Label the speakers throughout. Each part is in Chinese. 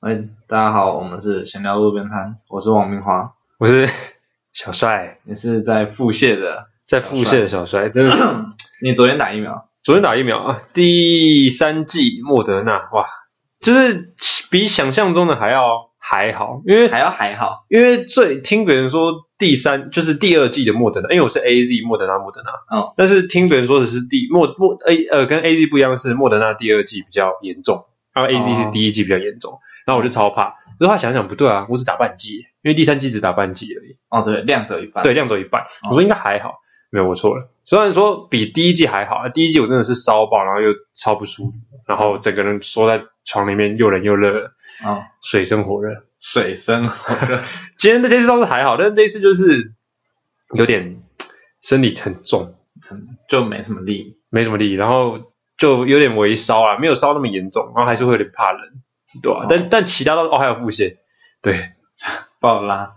Speaker 1: 哎，大家好，我们是闲聊路边摊，我是王明华，
Speaker 2: 我是小帅，
Speaker 1: 你是在腹泻的，
Speaker 2: 在腹泻的小帅，真的是
Speaker 1: 你昨天打疫苗？
Speaker 2: 昨天打疫苗啊，第三剂莫德纳，哇，就是比想象中的还要还好，因为
Speaker 1: 还要还好，
Speaker 2: 因为最听别人说第三就是第二季的莫德纳，因为我是 A Z 莫德纳莫德纳，
Speaker 1: 嗯，
Speaker 2: 但是听别人说的是第莫莫 A 呃跟 A Z 不一样，是莫德纳第二季比较严重，然后 A Z
Speaker 1: 哦
Speaker 2: 是第一季比较严重，然后我就超怕，然后他想想不对啊，我只打半季，因为第三季只打半季而已，
Speaker 1: 哦，对，量只有一半，
Speaker 2: 对，量走一半，
Speaker 1: 哦
Speaker 2: 我说应该还好，没有我错了，虽然说比第一季还好，第一季我真的是烧爆，然后又超不舒服，然后整个人缩在床里面又冷又热，
Speaker 1: 哦，
Speaker 2: 水深火热。
Speaker 1: 水深火热，
Speaker 2: 今天的这次倒是还好，但是这一次就是有点身体沉重，
Speaker 1: 真就没什么力，
Speaker 2: 没什么力，然后就有点微烧啊，没有烧那么严重，然后还是会有点怕冷，对吧、
Speaker 1: 哦
Speaker 2: 但但其他都哦还有腹泻，对，
Speaker 1: 爆拉。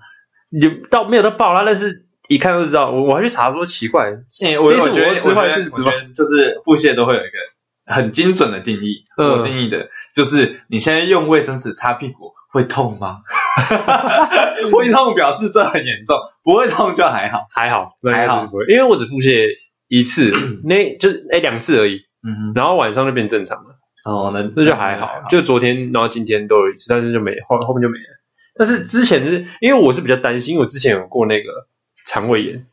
Speaker 2: 也到没有到爆啦，但是一看就知道。我我还去查说奇怪，
Speaker 1: 哎、
Speaker 2: 这
Speaker 1: 我
Speaker 2: 次
Speaker 1: 我觉得，我
Speaker 2: 我吃
Speaker 1: 觉
Speaker 2: 坏
Speaker 1: 得，
Speaker 2: 肚
Speaker 1: 我
Speaker 2: 子
Speaker 1: 觉
Speaker 2: 吗？
Speaker 1: 得就是腹泻都会有一个很精准的定义。
Speaker 2: 嗯
Speaker 1: 我定义的就是你现在用卫生纸擦屁股会痛 吗？会痛表示这很严重，不会痛就还好。
Speaker 2: 还好，那
Speaker 1: 还好
Speaker 2: 应该是不会，因为我只腹泻 一次，那就是哎两次而已，
Speaker 1: 嗯
Speaker 2: 然后晚上就变正常了。
Speaker 1: 哼，哦，那
Speaker 2: 那就还好，就昨天，然后今天都有一次，但是就没后后面就没了。但是之前是因为我是比较担心，因为我之前有过那个肠胃炎，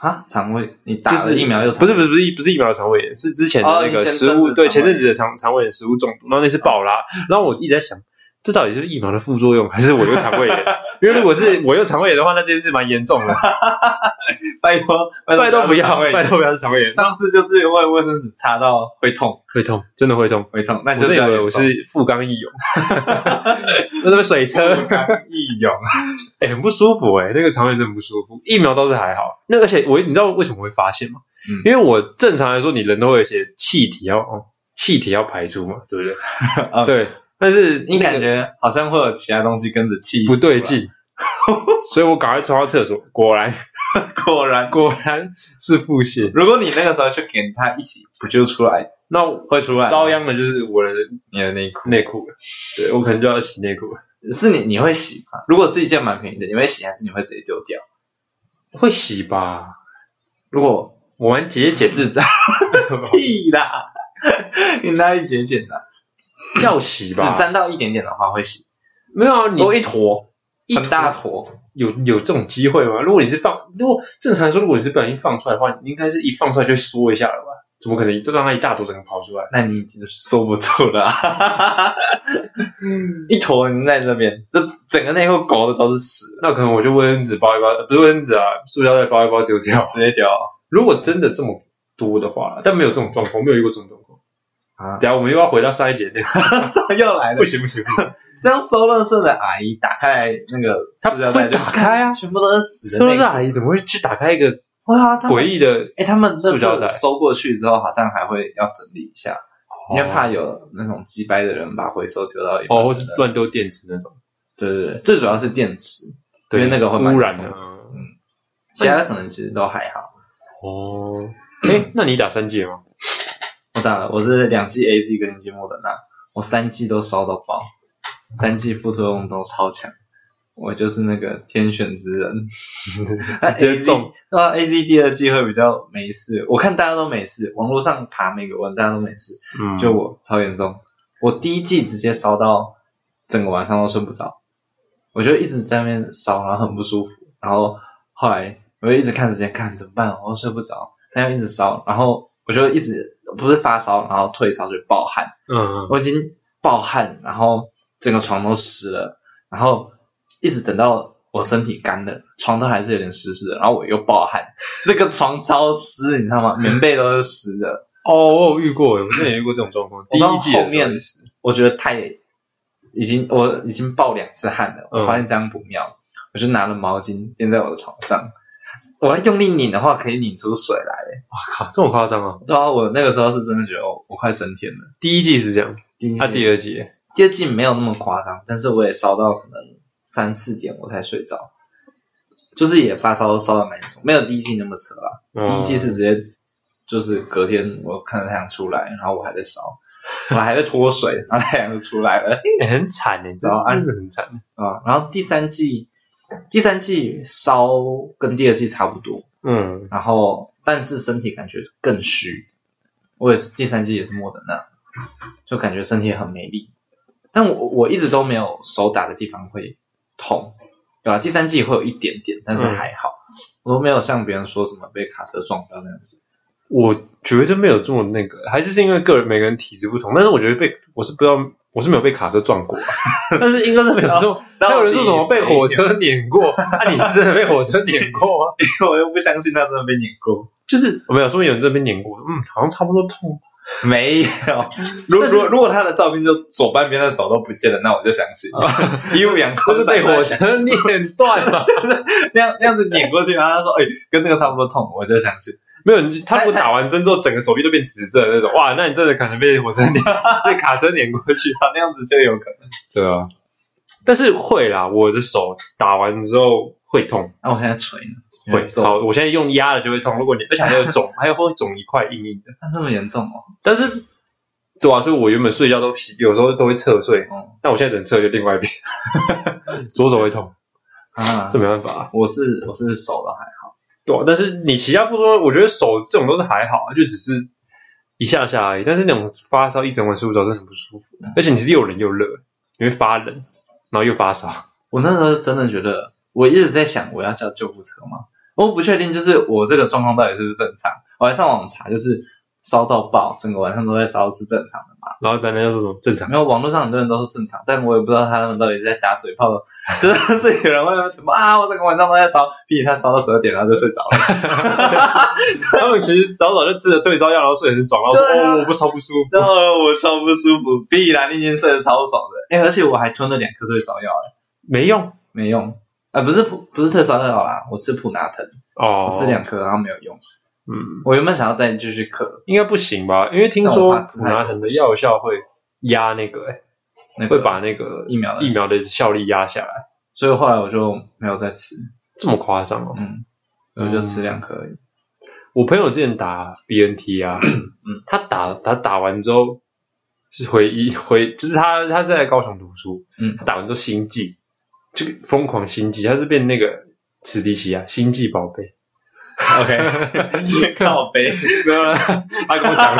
Speaker 1: 啊，肠胃你打
Speaker 2: 就
Speaker 1: 了
Speaker 2: 是
Speaker 1: 疫苗又
Speaker 2: 不是不
Speaker 1: 是
Speaker 2: 是不是不是疫苗的肠胃炎，是之前的
Speaker 1: 哦
Speaker 2: 那个
Speaker 1: 你前
Speaker 2: 食物
Speaker 1: 阵子肠
Speaker 2: 对
Speaker 1: 胃
Speaker 2: 前
Speaker 1: 炎
Speaker 2: 阵子的肠肠胃炎食物中毒，然后那次爆拉，然后我一直在想，这到底是不是疫苗的副作用，还是我有肠胃炎？ 因为如果是我有肠胃炎的话，那这件事蛮严重的，
Speaker 1: 拜托
Speaker 2: 拜托不要，
Speaker 1: 肠胃
Speaker 2: 拜托不要是肠胃炎，
Speaker 1: 上次就是用卫生纸擦到会痛，
Speaker 2: 会痛，真的会痛。
Speaker 1: 会痛，那
Speaker 2: 我
Speaker 1: 就是
Speaker 2: 真以
Speaker 1: 要
Speaker 2: 为我
Speaker 1: 严重
Speaker 2: 是富冈义勇， 那个水车。
Speaker 1: 易 勇，
Speaker 2: 哎、很不舒服哎、那个肠胃真的很不舒服。疫苗倒是还好，那而且我你知道为什么会发现吗？
Speaker 1: 嗯
Speaker 2: 因为我正常来说，你人都会有一些气体要哦，气体要排出嘛，对不对？
Speaker 1: 嗯
Speaker 2: 对，但是
Speaker 1: 你感觉好像会有其他东西跟着气息
Speaker 2: 不 对劲，所以我赶快冲到厕所，果然
Speaker 1: 出来，果然。
Speaker 2: 果然是腹泻。
Speaker 1: 如果你那个时候去跟他一起，不就出来
Speaker 2: 那
Speaker 1: 会出来吗
Speaker 2: 遭殃的就是我的
Speaker 1: 你的内裤？
Speaker 2: 内裤了，对我可能就要洗内裤了，
Speaker 1: 是你你会洗吗？如果是一件蛮便宜的，你会洗还是你会直接丢掉？
Speaker 2: 会洗吧？
Speaker 1: 如果
Speaker 2: 我玩节俭
Speaker 1: 自 在屁啦，你哪里节俭的？
Speaker 2: 要洗
Speaker 1: 只
Speaker 2: 吧？
Speaker 1: 沾到一点点的话会洗，
Speaker 2: 没有啊，你
Speaker 1: 多一坨，
Speaker 2: 一
Speaker 1: 很大
Speaker 2: 坨
Speaker 1: 坨。
Speaker 2: 有有这种机会吗？如果你是放，如果正常来说，如果你是不小心放出来的话，你应该是一放出来就缩一下了吧？怎么可能就让它一大坨整个跑出来？
Speaker 1: 那你已经收不住了、啊，一坨人在这边，就整个内裤狗的都是屎，
Speaker 2: 那可能我就卫生纸包一包，呃不是卫生纸啊，塑料袋包一包丢掉。
Speaker 1: 直接丢
Speaker 2: 如果真的这么多的话，但没有这种状况，没有遇过这种状况。
Speaker 1: 啊！
Speaker 2: 等一下我们又要回到上一节 那个，
Speaker 1: 这 又来了
Speaker 2: 不，行不行不行，
Speaker 1: 这样收垃圾的阿姨打开那个塑料袋
Speaker 2: 会
Speaker 1: 就
Speaker 2: 打开啊
Speaker 1: 全部都是屎的
Speaker 2: 收
Speaker 1: 内
Speaker 2: 垃圾
Speaker 1: 裤。
Speaker 2: 阿姨啊怎么会去打开一个
Speaker 1: 会啊，他
Speaker 2: 诡
Speaker 1: 们
Speaker 2: 异的？
Speaker 1: 哎，他们垃
Speaker 2: 塑料袋
Speaker 1: 圾收过去之后，好像还会要整理一下，因为怕
Speaker 2: 哦
Speaker 1: 有那种鸡掰的人把回收丢到一半
Speaker 2: 哦，或是乱丢电池那种，
Speaker 1: 对对对，最主要是电池，
Speaker 2: 对
Speaker 1: 因为那个会蛮
Speaker 2: 污染的
Speaker 1: 严重
Speaker 2: 嗯
Speaker 1: 其他的可能其实都还好。
Speaker 2: 哦。
Speaker 1: 嗯
Speaker 2: 哎，那你打三节吗？
Speaker 1: 我打了，我是两剂 A Z 跟一剂莫德纳，我三剂都烧到爆，三剂副作用都超强，我就是那个天选之人，
Speaker 2: 直接中。
Speaker 1: 对啊，A Z 第二季会比较没事，我看大家都没事，网络上爬每个文大家都没事，
Speaker 2: 嗯
Speaker 1: 就我超严重，我第一季直接烧到整个晚上都睡不着，我就一直在那边烧，然后很不舒服，然后后来我就一直看时间，看怎么办，我又睡不着，但又一直烧，然后我就一直不是发烧，然后退烧就暴汗，
Speaker 2: 嗯嗯。
Speaker 1: 我已经暴汗，然后整个床都湿了，然后一直等到我身体干了，床都还是有点湿湿的，然后我又暴汗， 这个床超湿，你知道吗？棉被都是湿的。
Speaker 2: 哦，我有遇过，我之前也遇过这种状况。第一季
Speaker 1: 我到
Speaker 2: 的
Speaker 1: 后
Speaker 2: 时候
Speaker 1: 面
Speaker 2: 也是，
Speaker 1: 我觉得太已经我已经爆两次汗了，
Speaker 2: 嗯
Speaker 1: 我发现这样不妙，我就拿了毛巾垫在我的床上。我要用力拧的话，可以拧出水来。
Speaker 2: 靠，这么夸张啊！
Speaker 1: 对啊，我那个时候是真的觉得我我快升天了。
Speaker 2: 第一季是这样，
Speaker 1: 第一季
Speaker 2: 啊，第二季，
Speaker 1: 第二季没有那么夸张，但是我也烧到可能三四点我才睡着，就是也发烧烧的蛮严重，没有第一季那么扯
Speaker 2: 嗯哦
Speaker 1: 啦。第一季是直接就是隔天我看着太阳出来，然后我还在烧，我还在脱水，然后太阳就出来了
Speaker 2: 欸很惨哎，这
Speaker 1: 早安
Speaker 2: 真是很惨欸。
Speaker 1: 啊、然后第三季，第三季烧跟第二季差不多，
Speaker 2: 嗯，
Speaker 1: 然后但是身体感觉更虚。我也是第三季也是莫德纳，就感觉身体很没力。但我我一直都没有手打的地方会痛，对吧、第三季会有一点点，但是
Speaker 2: 嗯
Speaker 1: 还好，我都没有像别人说什么被卡车撞到那样子。
Speaker 2: 我觉得没有这么那个，还是是因为个人每个人体质不同。但是我觉得被我是不知道，我是没有被卡车 撞过啊，但是应该是没有这种。
Speaker 1: 到
Speaker 2: 还
Speaker 1: 底
Speaker 2: 有人说什么被火车
Speaker 1: 谁
Speaker 2: 碾过？ 啊，你是真的被火车碾过吗？
Speaker 1: 我又不相信他真的被碾过，
Speaker 2: 就是哦我没有说有人真的被碾过，嗯，好像差不多 痛。
Speaker 1: 没有。
Speaker 2: 嗯
Speaker 1: 如如果如果他的照片就左半边的手都不见了，那我就相信 一物阳
Speaker 2: 就
Speaker 1: 光
Speaker 2: 哦是被火车碾断了，
Speaker 1: 那样那样子碾过去，然后他说：“哎、跟这个差不多痛。”我就相信。
Speaker 2: 没有你他如果打完针之后，整个手臂都变紫色的那种，哇，那你真的可能被火车碾， 被卡车碾过去。
Speaker 1: 啊，那样子就有可能。
Speaker 2: 对啊，但是会啦，我的手打完之后会痛，
Speaker 1: 那、啊我现在捶呢，
Speaker 2: 会
Speaker 1: 肿，
Speaker 2: 超，我现在用压的就会痛。如果你而且还有 肿，还有会肿一块硬硬的。
Speaker 1: 那这么严重哦？
Speaker 2: 但是，对啊，所以我原本睡觉都疲，有时候都会侧睡，
Speaker 1: 哦
Speaker 2: 但我现在只能侧就另外一边， 左手会痛，
Speaker 1: 啊
Speaker 2: 这，没办法啊、
Speaker 1: 我是我是手都还好，
Speaker 2: 对啊、但是你其他副作用，我觉得手这种都是还好啊，就只是一下下而已。但是那种发烧一整晚睡不着，真的很不舒服，
Speaker 1: 嗯
Speaker 2: 而且你是又冷又热，你会发冷，然后 又发烧。
Speaker 1: 我那时候真的觉得，我一直在想我要叫救护车吗？我不确定，就是我这个状况到底是不是正常。我还上网查，就是烧到爆，整个晚上都在烧是正常的嘛？
Speaker 2: 然后咱那叫做什么正常？
Speaker 1: 没有，网络上很多人都说正常，但我也不知道他们到底是在打嘴炮， 就是是有人问什么啊，我整个晚上都在烧，比他烧到十二点然后就睡着了。
Speaker 2: 他们其实早早就吃了退烧药，然后睡得很 爽，然后说、
Speaker 1: 对啊
Speaker 2: 哦，我不超不舒服。
Speaker 1: 然后哦我超不舒服，必然已经睡得超爽的。哎，而且我还吞了两颗退烧药，哎，
Speaker 2: 没用
Speaker 1: 没用。啊、不是普，不是退烧药啦，我吃普拿疼，
Speaker 2: 哦
Speaker 1: 我，吃两颗，然后没有用。
Speaker 2: 嗯，
Speaker 1: 我原本想要再继续嗑，
Speaker 2: 应该不行吧？因为听
Speaker 1: 但我
Speaker 2: 说
Speaker 1: 怕吃
Speaker 2: 普
Speaker 1: 太多
Speaker 2: 拿疼的药效会压那个、欸，
Speaker 1: 那个
Speaker 2: 会把那个
Speaker 1: 疫苗的
Speaker 2: 疫苗的效力压下来，
Speaker 1: 所以后来我就没有再吃，
Speaker 2: 这么夸张哦？
Speaker 1: 嗯，我就吃两颗而已。
Speaker 2: 我朋友之前打 BNT 啊，嗯，他打他打完之后是回医回，就是他他是在高雄读书，
Speaker 1: 嗯
Speaker 2: 他打完之后心悸，就疯狂心悸，他是变那个史迪奇啊，心悸宝贝。
Speaker 1: 嗯 OK，靠背，
Speaker 2: 没 有了，他跟我讲，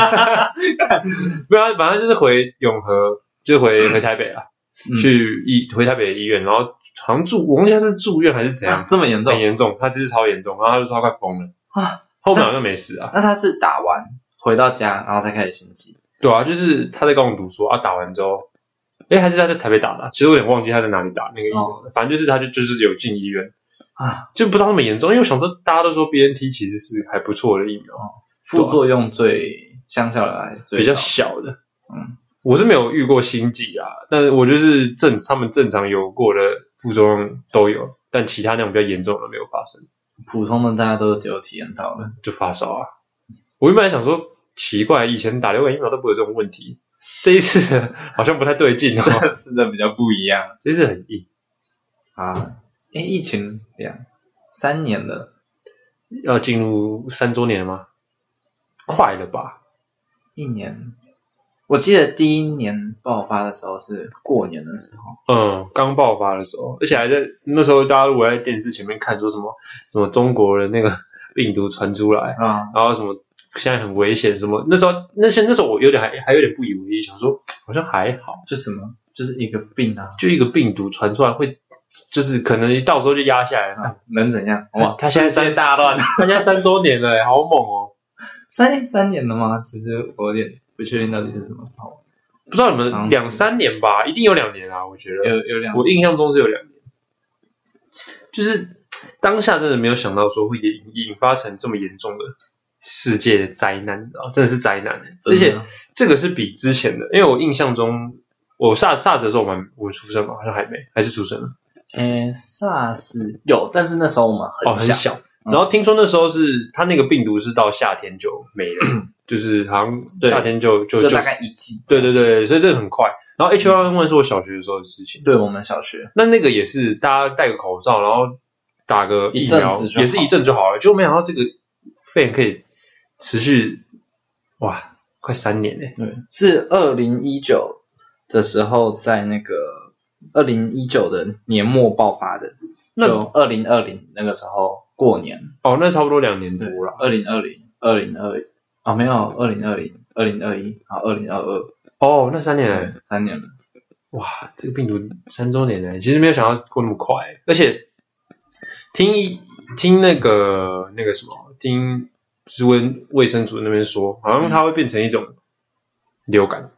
Speaker 2: 没有啊，反正就是回永和，就回回台北了，啊
Speaker 1: 嗯
Speaker 2: 去医回台北的医院，然后好像住，我忘记他是住院还是怎样，
Speaker 1: 这么严重
Speaker 2: 很？严重，他这次超严重，然后他就说他快疯了
Speaker 1: 啊
Speaker 2: 后面好像没事啊，
Speaker 1: 那他是打完回到家，然后才开始心悸。
Speaker 2: 对啊，就是他在跟我读书啊，打完之后，哎，还是他在台北打的啊，其实我有点忘记他在哪里打那个疫苗了，反正就是他就就是有进医院
Speaker 1: 哦啊，
Speaker 2: 就不知道那么严重，因为我想说大家都说 BNT 其实是还不错的疫苗，
Speaker 1: 哦副作用最相较来最
Speaker 2: 啊比较
Speaker 1: 少
Speaker 2: 小的。
Speaker 1: 嗯，
Speaker 2: 我是没有遇过心悸啊，但是我就是正他们正常有过的副作用都有，但其他那种比较严重的没有发生，
Speaker 1: 普通的，大家都有体验到 了。
Speaker 2: 就发烧啊。我原本还想说奇怪，以前打流感疫苗都不会有这种问题，这一次好像不太 对劲哦，
Speaker 1: 吃的比较不一样
Speaker 2: 这一次很硬。
Speaker 1: 啊。哎，疫情两三年了，
Speaker 2: 要进入三周年了吗？快了吧？
Speaker 1: 一年。我记得第一年爆发的时候是过年的时候，
Speaker 2: 嗯，刚爆发的时候，而且还在那时候，大家如果在电视前面看说什么什么中国的那个病毒传出来，
Speaker 1: 啊，
Speaker 2: 然后什么现在很危险什么，那时候那些那时候我有点还还有点不以为意，想说好像还好，
Speaker 1: 就什么，就是一个病啊，
Speaker 2: 就一个病毒传出来会，就是可能到时候就压下来了。
Speaker 1: 啊能怎样？哇，
Speaker 2: 嗯他现在
Speaker 1: 世界
Speaker 2: 三
Speaker 1: 大乱，
Speaker 2: 他现在三周年了，好猛哦！
Speaker 1: 三三年了吗？其实我有点不确定到底是什么时候，
Speaker 2: 不知道你
Speaker 1: 好像
Speaker 2: 们
Speaker 1: 是
Speaker 2: 两三年吧，一定嗯有两年啊，我觉
Speaker 1: 有
Speaker 2: 得
Speaker 1: 有两
Speaker 2: 我印象中是有两年，就是当下真的没有想到说会引引发成这么严重的世界的灾难啊，真的是灾难，而且。这个是比之前的，因为我印象中，我 SARS SARS 的时候我们我们出生吗？好像还没，还是出生了
Speaker 1: 诶，SARS 有，但是那时候我们
Speaker 2: 哦，
Speaker 1: 很
Speaker 2: 很
Speaker 1: 小，
Speaker 2: 小。
Speaker 1: 嗯
Speaker 2: 然后听说那时候是它那个病毒是到夏天就没 了，就是好像
Speaker 1: 对
Speaker 2: 夏天就就
Speaker 1: 就大概一季。
Speaker 2: 对对对，所以这个很快。然后 H1N1 是我小学的时候的事情，
Speaker 1: 对，我们小学
Speaker 2: 那那个也是大家戴个口罩，然后打个疫
Speaker 1: 一阵
Speaker 2: 苗
Speaker 1: 子就，好
Speaker 2: 也是一阵就好了。就没想到这个肺炎可以持续，哇，快三年嘞、欸
Speaker 1: 对，是二零一九的时候，在那个二零一九的年末爆发的，
Speaker 2: 那
Speaker 1: 就二零二零那个时候过年，
Speaker 2: 哦，那差不多两年多
Speaker 1: 对
Speaker 2: 了。，
Speaker 1: 二零二零、二零二啊，没有二零二零、二零二一啊，二零二二，
Speaker 2: 哦，那三年来，
Speaker 1: 对，三年了，
Speaker 2: 哇，这个病毒三周年欸呢，其实没有想到过那么快，欸而且听一听那个那个什么，听就是卫卫生署那边说，好像它会变成一种流感，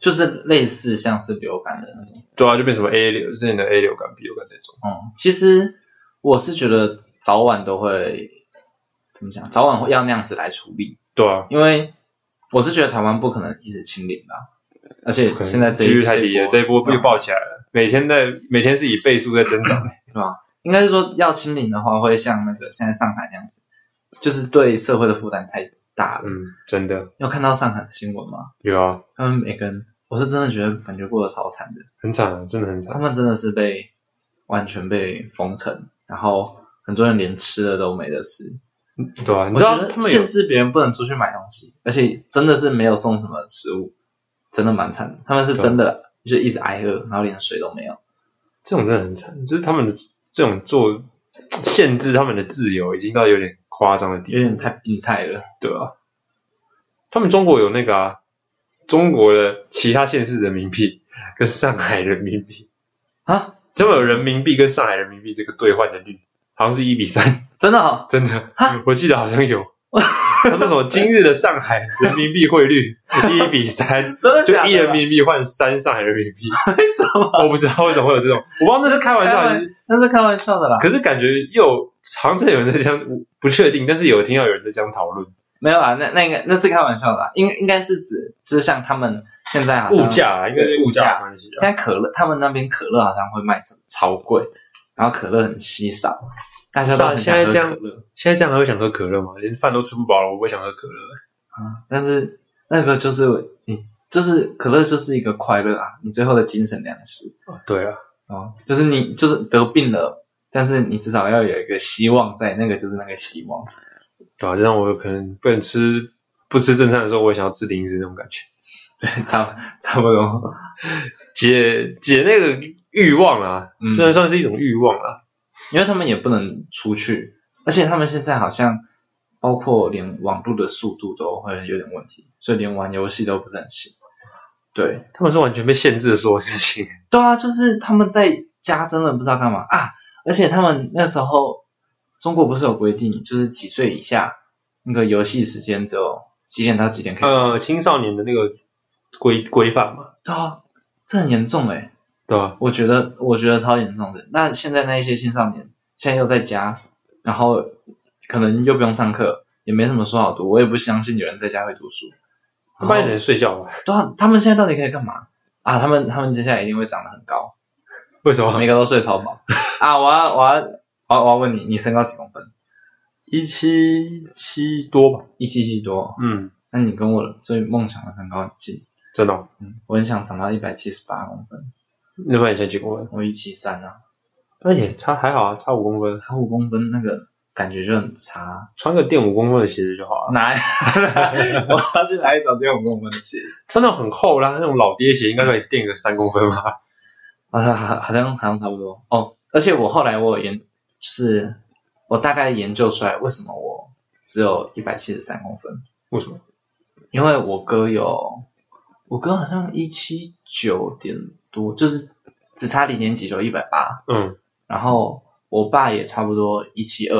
Speaker 1: 就是类似像是流感的那种。
Speaker 2: 对啊，就变成什么 A 流之前的 A 流感、B 流感这种，
Speaker 1: 嗯，其实我是觉得早晚都会怎么讲，早晚会要那样子来处理，
Speaker 2: 对啊，
Speaker 1: 因为我是觉得台湾不可能一直清零啦，而且
Speaker 2: 可能
Speaker 1: 现在这
Speaker 2: 几
Speaker 1: 一
Speaker 2: 率太低了，这一波嗯又
Speaker 1: 对啊
Speaker 2: 爆起来了，每天在每天是以倍数在增长，
Speaker 1: 应该是说要清零的话，会像那个现在上海那样子，就是对社会的负担太大了。
Speaker 2: 嗯，真的
Speaker 1: 有看到上海的新闻吗？
Speaker 2: 有啊，
Speaker 1: 他们每个人，我是真的觉得感觉过得超惨的，
Speaker 2: 很惨啊，真的很惨
Speaker 1: 他，们真的是被完全被封城，然后很多人连吃的都没得吃。
Speaker 2: 对啊，你
Speaker 1: 我
Speaker 2: 知道
Speaker 1: 觉
Speaker 2: 他
Speaker 1: 得
Speaker 2: 们有
Speaker 1: 限制别人不能出去买东西，而且真的是没有送什么食物，真的蛮惨的。他们
Speaker 2: 啊
Speaker 1: 是真的就一直挨饿，然后连水都没有。
Speaker 2: 这种真的很惨，就是他们的这种做限制他们的自由，已经到有点夸张的地
Speaker 1: 有
Speaker 2: 步，
Speaker 1: 点太病态了。
Speaker 2: 对吧、他们中国有那个啊，中国的其他县市人民币跟上海人民币，
Speaker 1: 啊！
Speaker 2: 他们有人民币跟上海人民币这个兑换的率，好像是一比三，
Speaker 1: 真的、哦，
Speaker 2: 真的
Speaker 1: 哈，
Speaker 2: 我记得好像 有。他说什么？今日的上海人民币汇率一比 三，
Speaker 1: 真的
Speaker 2: 就
Speaker 1: 假的？
Speaker 2: 一人民币换三上海人 民币。
Speaker 1: 为什么？
Speaker 2: 我不知道为什么会有这种，我不知道那是开玩笑还是
Speaker 1: 那是开玩笑的啦。
Speaker 2: 可是感觉又好像真的有人在这样，我不确定，但是有听到有人在这样讨论
Speaker 1: 没有啊啦，那那个那是开玩笑的啦，啊应应该是指就是像他们现在好像
Speaker 2: 物价啊，应该是
Speaker 1: 对
Speaker 2: 物
Speaker 1: 物
Speaker 2: 价
Speaker 1: 价
Speaker 2: 的关系啊。
Speaker 1: 现在可乐，他们那边可乐好像会卖超贵，然后可乐很稀少，大家都很想
Speaker 2: 是啊现在
Speaker 1: 喝
Speaker 2: 这样
Speaker 1: 可乐。
Speaker 2: 现在这样还会想喝可乐吗？连饭都吃不饱了，我不会想喝可乐。
Speaker 1: 啊，但是那个就是你，就是可乐就是一个快乐啊，你最后的精神粮食
Speaker 2: 对啊，
Speaker 1: 哦，就是你就是得病了，但是你至少要有一个希望在，那个就是那个希望。
Speaker 2: 对啊，就像我可能不能吃不吃正餐的时候，我也想要吃零食那种感觉，
Speaker 1: 对，差差不多。
Speaker 2: 解解那个欲望啊，
Speaker 1: 嗯
Speaker 2: 虽然算是一种欲望啊，
Speaker 1: 因为他们也不能出去，而且他们现在好像包括连网络的速度都会有点问题，所以连玩游戏都不是很行。对，
Speaker 2: 他们是完全被限制了所有事情。
Speaker 1: 对啊，就是他们在家真的不知道干嘛啊！而且他们那时候中国不是有规定，就是几岁以下那个游戏时间只有几点到几点可以玩？
Speaker 2: 呃，青少年的那个规规范嘛，
Speaker 1: 对啊，这很严重哎、
Speaker 2: 对吧、
Speaker 1: 我觉得我觉得超严重的。那现在那一些青少年现在又在家，然后可能又不用上课，也没什么书好读，我也不相信有人在家会读书。
Speaker 2: 啊？半夜只能睡觉吧？
Speaker 1: 对啊，他们现在到底可以干嘛啊？他们他们接下来一定会长得很高。
Speaker 2: 为什么
Speaker 1: 每？个都睡超饱啊！我要我要我要我要问你，你身高几公分？
Speaker 2: 一七七多吧？
Speaker 1: 一七七多，
Speaker 2: 嗯，
Speaker 1: 那你跟我最梦想的身高很近。
Speaker 2: 真的、哦。
Speaker 1: 嗯，我很想长到一百七十八公分，
Speaker 2: 那半以前几公分？
Speaker 1: 我一七三啊，
Speaker 2: 而且差还好啊，差五公分，
Speaker 1: 差五公分那个感觉就很差。
Speaker 2: 穿个垫五公分的鞋子就好了。
Speaker 1: 哪？ 我要去哪里找这五公分的鞋子？
Speaker 2: 穿那种很厚啦，那种老爹鞋应该可以垫个三公分吧？
Speaker 1: 好像好好像好像差不多哦。而且我后来我有研，就是我大概研究出来为什么我只有一百七十三公分。
Speaker 2: 为什么？
Speaker 1: 因为我哥有，我哥好像一七九点多，就是只差零点几就一百八。
Speaker 2: 嗯，
Speaker 1: 然后我爸也差不多一七二，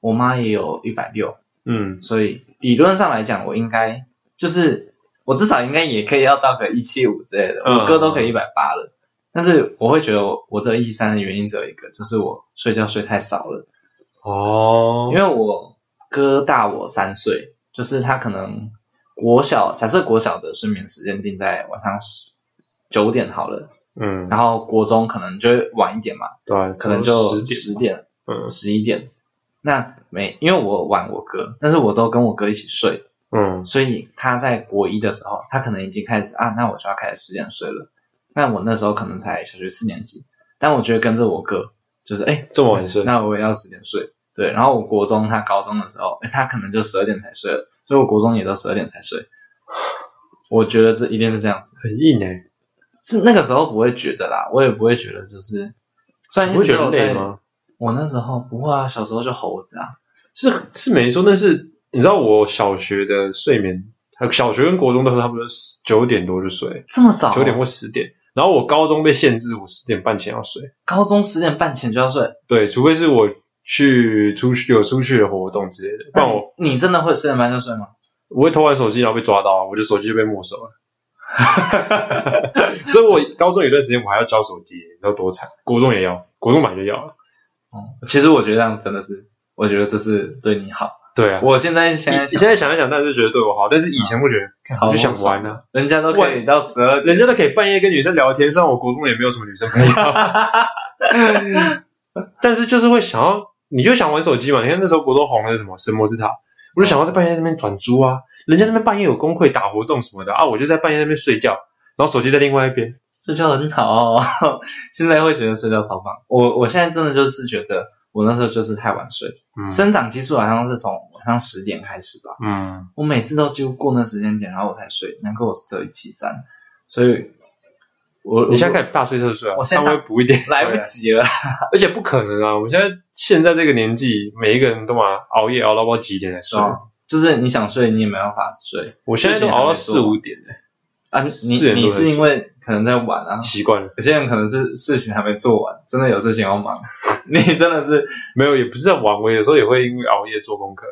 Speaker 1: 我妈也有一百六，
Speaker 2: 嗯，
Speaker 1: 所以理论上来讲，我应该就是我至少应该也可以要到个一七五之类的，
Speaker 2: 嗯
Speaker 1: 我哥都可以一百八了。但是我会觉得我我这一三的原因只有一个，就是我睡觉睡太少了。
Speaker 2: 哦，
Speaker 1: 因为我哥大我三岁，就是他可能国小，假设国小的睡眠时间定在晚上十九点好了，
Speaker 2: 嗯，
Speaker 1: 然后国中可能就会晚一点嘛，
Speaker 2: 对啊，
Speaker 1: 可能就
Speaker 2: 十
Speaker 1: 十
Speaker 2: 点吧，
Speaker 1: 点、
Speaker 2: 嗯
Speaker 1: 十一点。那每因为我晚我哥，但是我都跟我哥一起睡，
Speaker 2: 嗯，
Speaker 1: 所以他在国一的时候，他可能已经开始啊，那我就要开始十点睡了。那我那时候可能才小学四年级，但我觉得跟着我哥，就是哎、
Speaker 2: 这么晚睡，
Speaker 1: 那我也要十点睡。对，然哎后我国中他高中的时候，诶他可能就十二点才睡了，所以我国中也都十二点才睡。我觉得这一定是这样子，
Speaker 2: 很硬哎、
Speaker 1: 是那个时候不会觉得啦，我也不会觉得就是，虽然
Speaker 2: 你
Speaker 1: 一
Speaker 2: 不
Speaker 1: 直
Speaker 2: 觉
Speaker 1: 都
Speaker 2: 得
Speaker 1: 有
Speaker 2: 累
Speaker 1: 在
Speaker 2: 吗？
Speaker 1: 我那时候不会啊，小时候就猴子啊，
Speaker 2: 是是没错，但是你知道我小学的睡眠，呃小学跟国中都差不多九点多就睡，
Speaker 1: 这么早、
Speaker 2: 九点或十点。然后我高中被限制，我十点半前要睡。
Speaker 1: 高中十点半前就要睡，
Speaker 2: 对，除非是我去出去有出去的活动之类的，不
Speaker 1: 那
Speaker 2: 然
Speaker 1: 你
Speaker 2: 我
Speaker 1: 你真的会十点半就睡吗？
Speaker 2: 我会偷玩手机，然后被抓到啊，我就手机就被没收了。 所以，我高中有段时间我还要交手机，你知道多惨？国中也要，国中版就要了。
Speaker 1: 哦，其实我觉得这样真的是，我觉得这是对你好。
Speaker 2: 对啊，
Speaker 1: 我现在现在啊
Speaker 2: 你现在想一想，但是觉得对我好，但是以前会觉得，看我就想玩啊。
Speaker 1: 人家都可以到十二点，
Speaker 2: 人家都可以半夜跟女生聊天，虽然我国中也没有什么女生朋友， 但是就是会想要，你就想玩手机嘛。你看那时候国中红的是什么《神魔之塔》，我就想要在半夜那边转租啊，人家那边半夜有工会打活动什么的啊，我就在半夜那边睡觉，然后手机在另外一边。
Speaker 1: 睡觉很好、 哦。现在会觉得睡觉超棒。我我现在真的就是觉得，我那时候就是太晚睡，
Speaker 2: 嗯
Speaker 1: 生长激素好像是从晚上十点开始吧。
Speaker 2: 嗯，
Speaker 1: 我每次都几乎过那时间点，然后我才睡。难怪我是这一七三，所以我
Speaker 2: 你现在开始大睡特睡啊，
Speaker 1: 我现
Speaker 2: 稍
Speaker 1: 在
Speaker 2: 微补一点，
Speaker 1: 来不，及了。
Speaker 2: 而且不可能啊！我们现在现在这个年纪，每一个人都嘛熬夜熬到不知道几点才睡，
Speaker 1: 哦就是你想睡，你也没办法睡
Speaker 2: 我现在都熬到四五点了、
Speaker 1: 啊。你
Speaker 2: 四点
Speaker 1: 你
Speaker 2: 多
Speaker 1: 你
Speaker 2: 才睡
Speaker 1: 是因为可能在玩啊，
Speaker 2: 习惯了。
Speaker 1: 有些人可能是事情还没做完，真的有事情要忙。 你真的是
Speaker 2: 没有，也不是在玩，我有时候也会因为熬夜做功课，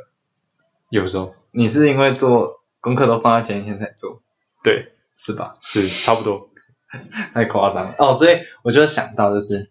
Speaker 2: 有时候
Speaker 1: 你是因为做功课都放在前一天才做，
Speaker 2: 对，
Speaker 1: 是吧？
Speaker 2: 是差不多。
Speaker 1: 太夸张了哦。所以我就想到，就是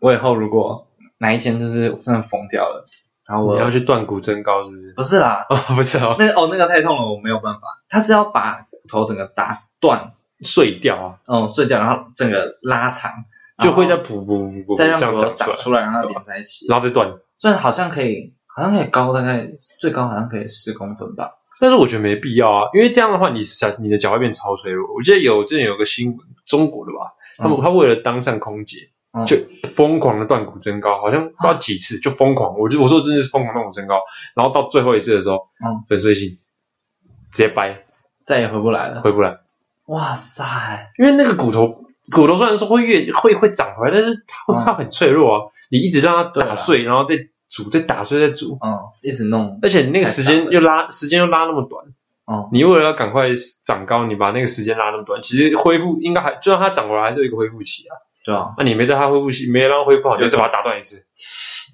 Speaker 1: 我以后如果哪一天就是我真的疯掉了，然后
Speaker 2: 你
Speaker 1: 我
Speaker 2: 要去断骨增高是不是？
Speaker 1: 不是啦，
Speaker 2: 哦，不是哦，
Speaker 1: 那个哦，那个太痛了，我没有办法。他是要把骨头整个打断，
Speaker 2: 碎掉啊，
Speaker 1: 嗯，碎掉，然后整个拉长，
Speaker 2: 就会
Speaker 1: 然
Speaker 2: 在
Speaker 1: 后
Speaker 2: 噗噗噗噗
Speaker 1: 哦再
Speaker 2: 哦这
Speaker 1: 让
Speaker 2: 样长
Speaker 1: 骨头长
Speaker 2: 出来，
Speaker 1: 出来，
Speaker 2: 啊
Speaker 1: 让它连在一起。
Speaker 2: 然后再断。
Speaker 1: 虽然好像可以，好像可以高大概最高好像可以十公分吧。
Speaker 2: 但是我觉得没必要啊，因为这样的话，你小你的脚会变超脆弱。我记得有之前有个新闻，中国的吧，他们、
Speaker 1: 嗯
Speaker 2: 他为了当上空姐，
Speaker 1: 嗯
Speaker 2: 就疯狂的断骨增高，好像不知道几次就疯狂。我就我说真的是疯狂断骨增高，然后到最后一次的时候，
Speaker 1: 嗯
Speaker 2: 粉碎性直接掰
Speaker 1: 再也回不来了。
Speaker 2: 回不来。
Speaker 1: 哇塞，
Speaker 2: 因为那个骨头，骨头虽然说会越会会长回来，但是它会
Speaker 1: 嗯
Speaker 2: 它很脆弱啊。你一直让它
Speaker 1: 对啊
Speaker 2: 打碎，然后再煮，再打碎，再煮，
Speaker 1: 嗯，一直弄，
Speaker 2: 而且你那个时间
Speaker 1: 太长
Speaker 2: 又拉，时间又拉那么短，
Speaker 1: 嗯，
Speaker 2: 你为了要赶快长高，你把那个时间拉那么短，其实恢复应该还，就算它长回来，还是有一个恢复期啊。
Speaker 1: 对 啊，
Speaker 2: 那、你没在它恢复期，没让它恢复好，你就再把它打断一次，